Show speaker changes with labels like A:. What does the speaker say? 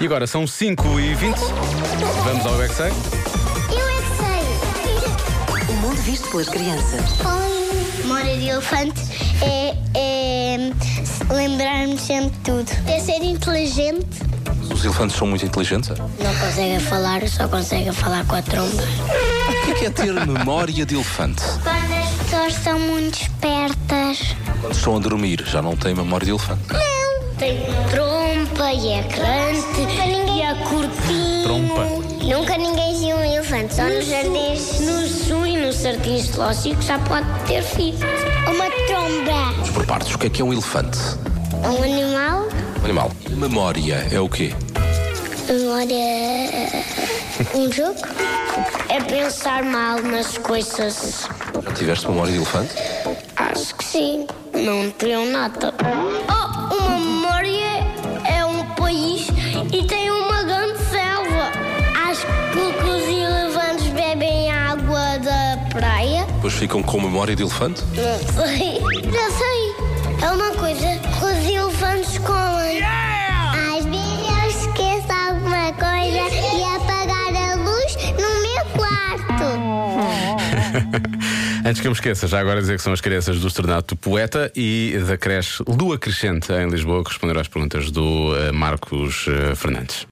A: E agora são 5 e 20 Vamos ao UXA.
B: Eu é que sei.
C: O mundo visto pelas crianças.
B: Memória de elefante é, é lembrar-me sempre de tudo. É ser inteligente.
D: Os elefantes são muito inteligentes. é?
B: Não consegue falar, só consegue falar com a tromba.
D: O que é, que é ter memória de elefante?
B: Quando as pessoas são muito espertas.
D: Quando estão a dormir, já não têm memória de elefante.
B: Não. Tem trompa e é grande e é curtinho.
A: Trompa.
B: Nunca ninguém viu um elefante, só nos jardins. No sul e nos jardins zoológicos já pode ter filhos. Uma tromba.
D: Vamos por partes. O que é que é um elefante?
B: Um animal.
D: Um animal. Memória é o quê?
B: Memória é um jogo. É pensar mal nas coisas.
D: Já tiveste memória de elefante?
B: Acho que sim. Não teriam nada. Oh, uma memória é um país e tem uma grande selva. Acho que os elefantes bebem água da praia.
D: Depois ficam com memória de elefante?
B: Não sei. Não sei. É uma coisa que os elefantes comem. Às vezes eu esqueço alguma coisa e apagar a luz no meu quarto.
A: Antes que eu me esqueça, já agora dizer que são as crianças do Externato Poeta e da creche Lua Crescente em Lisboa que responderam às perguntas do eh, Marcos eh, Fernandes.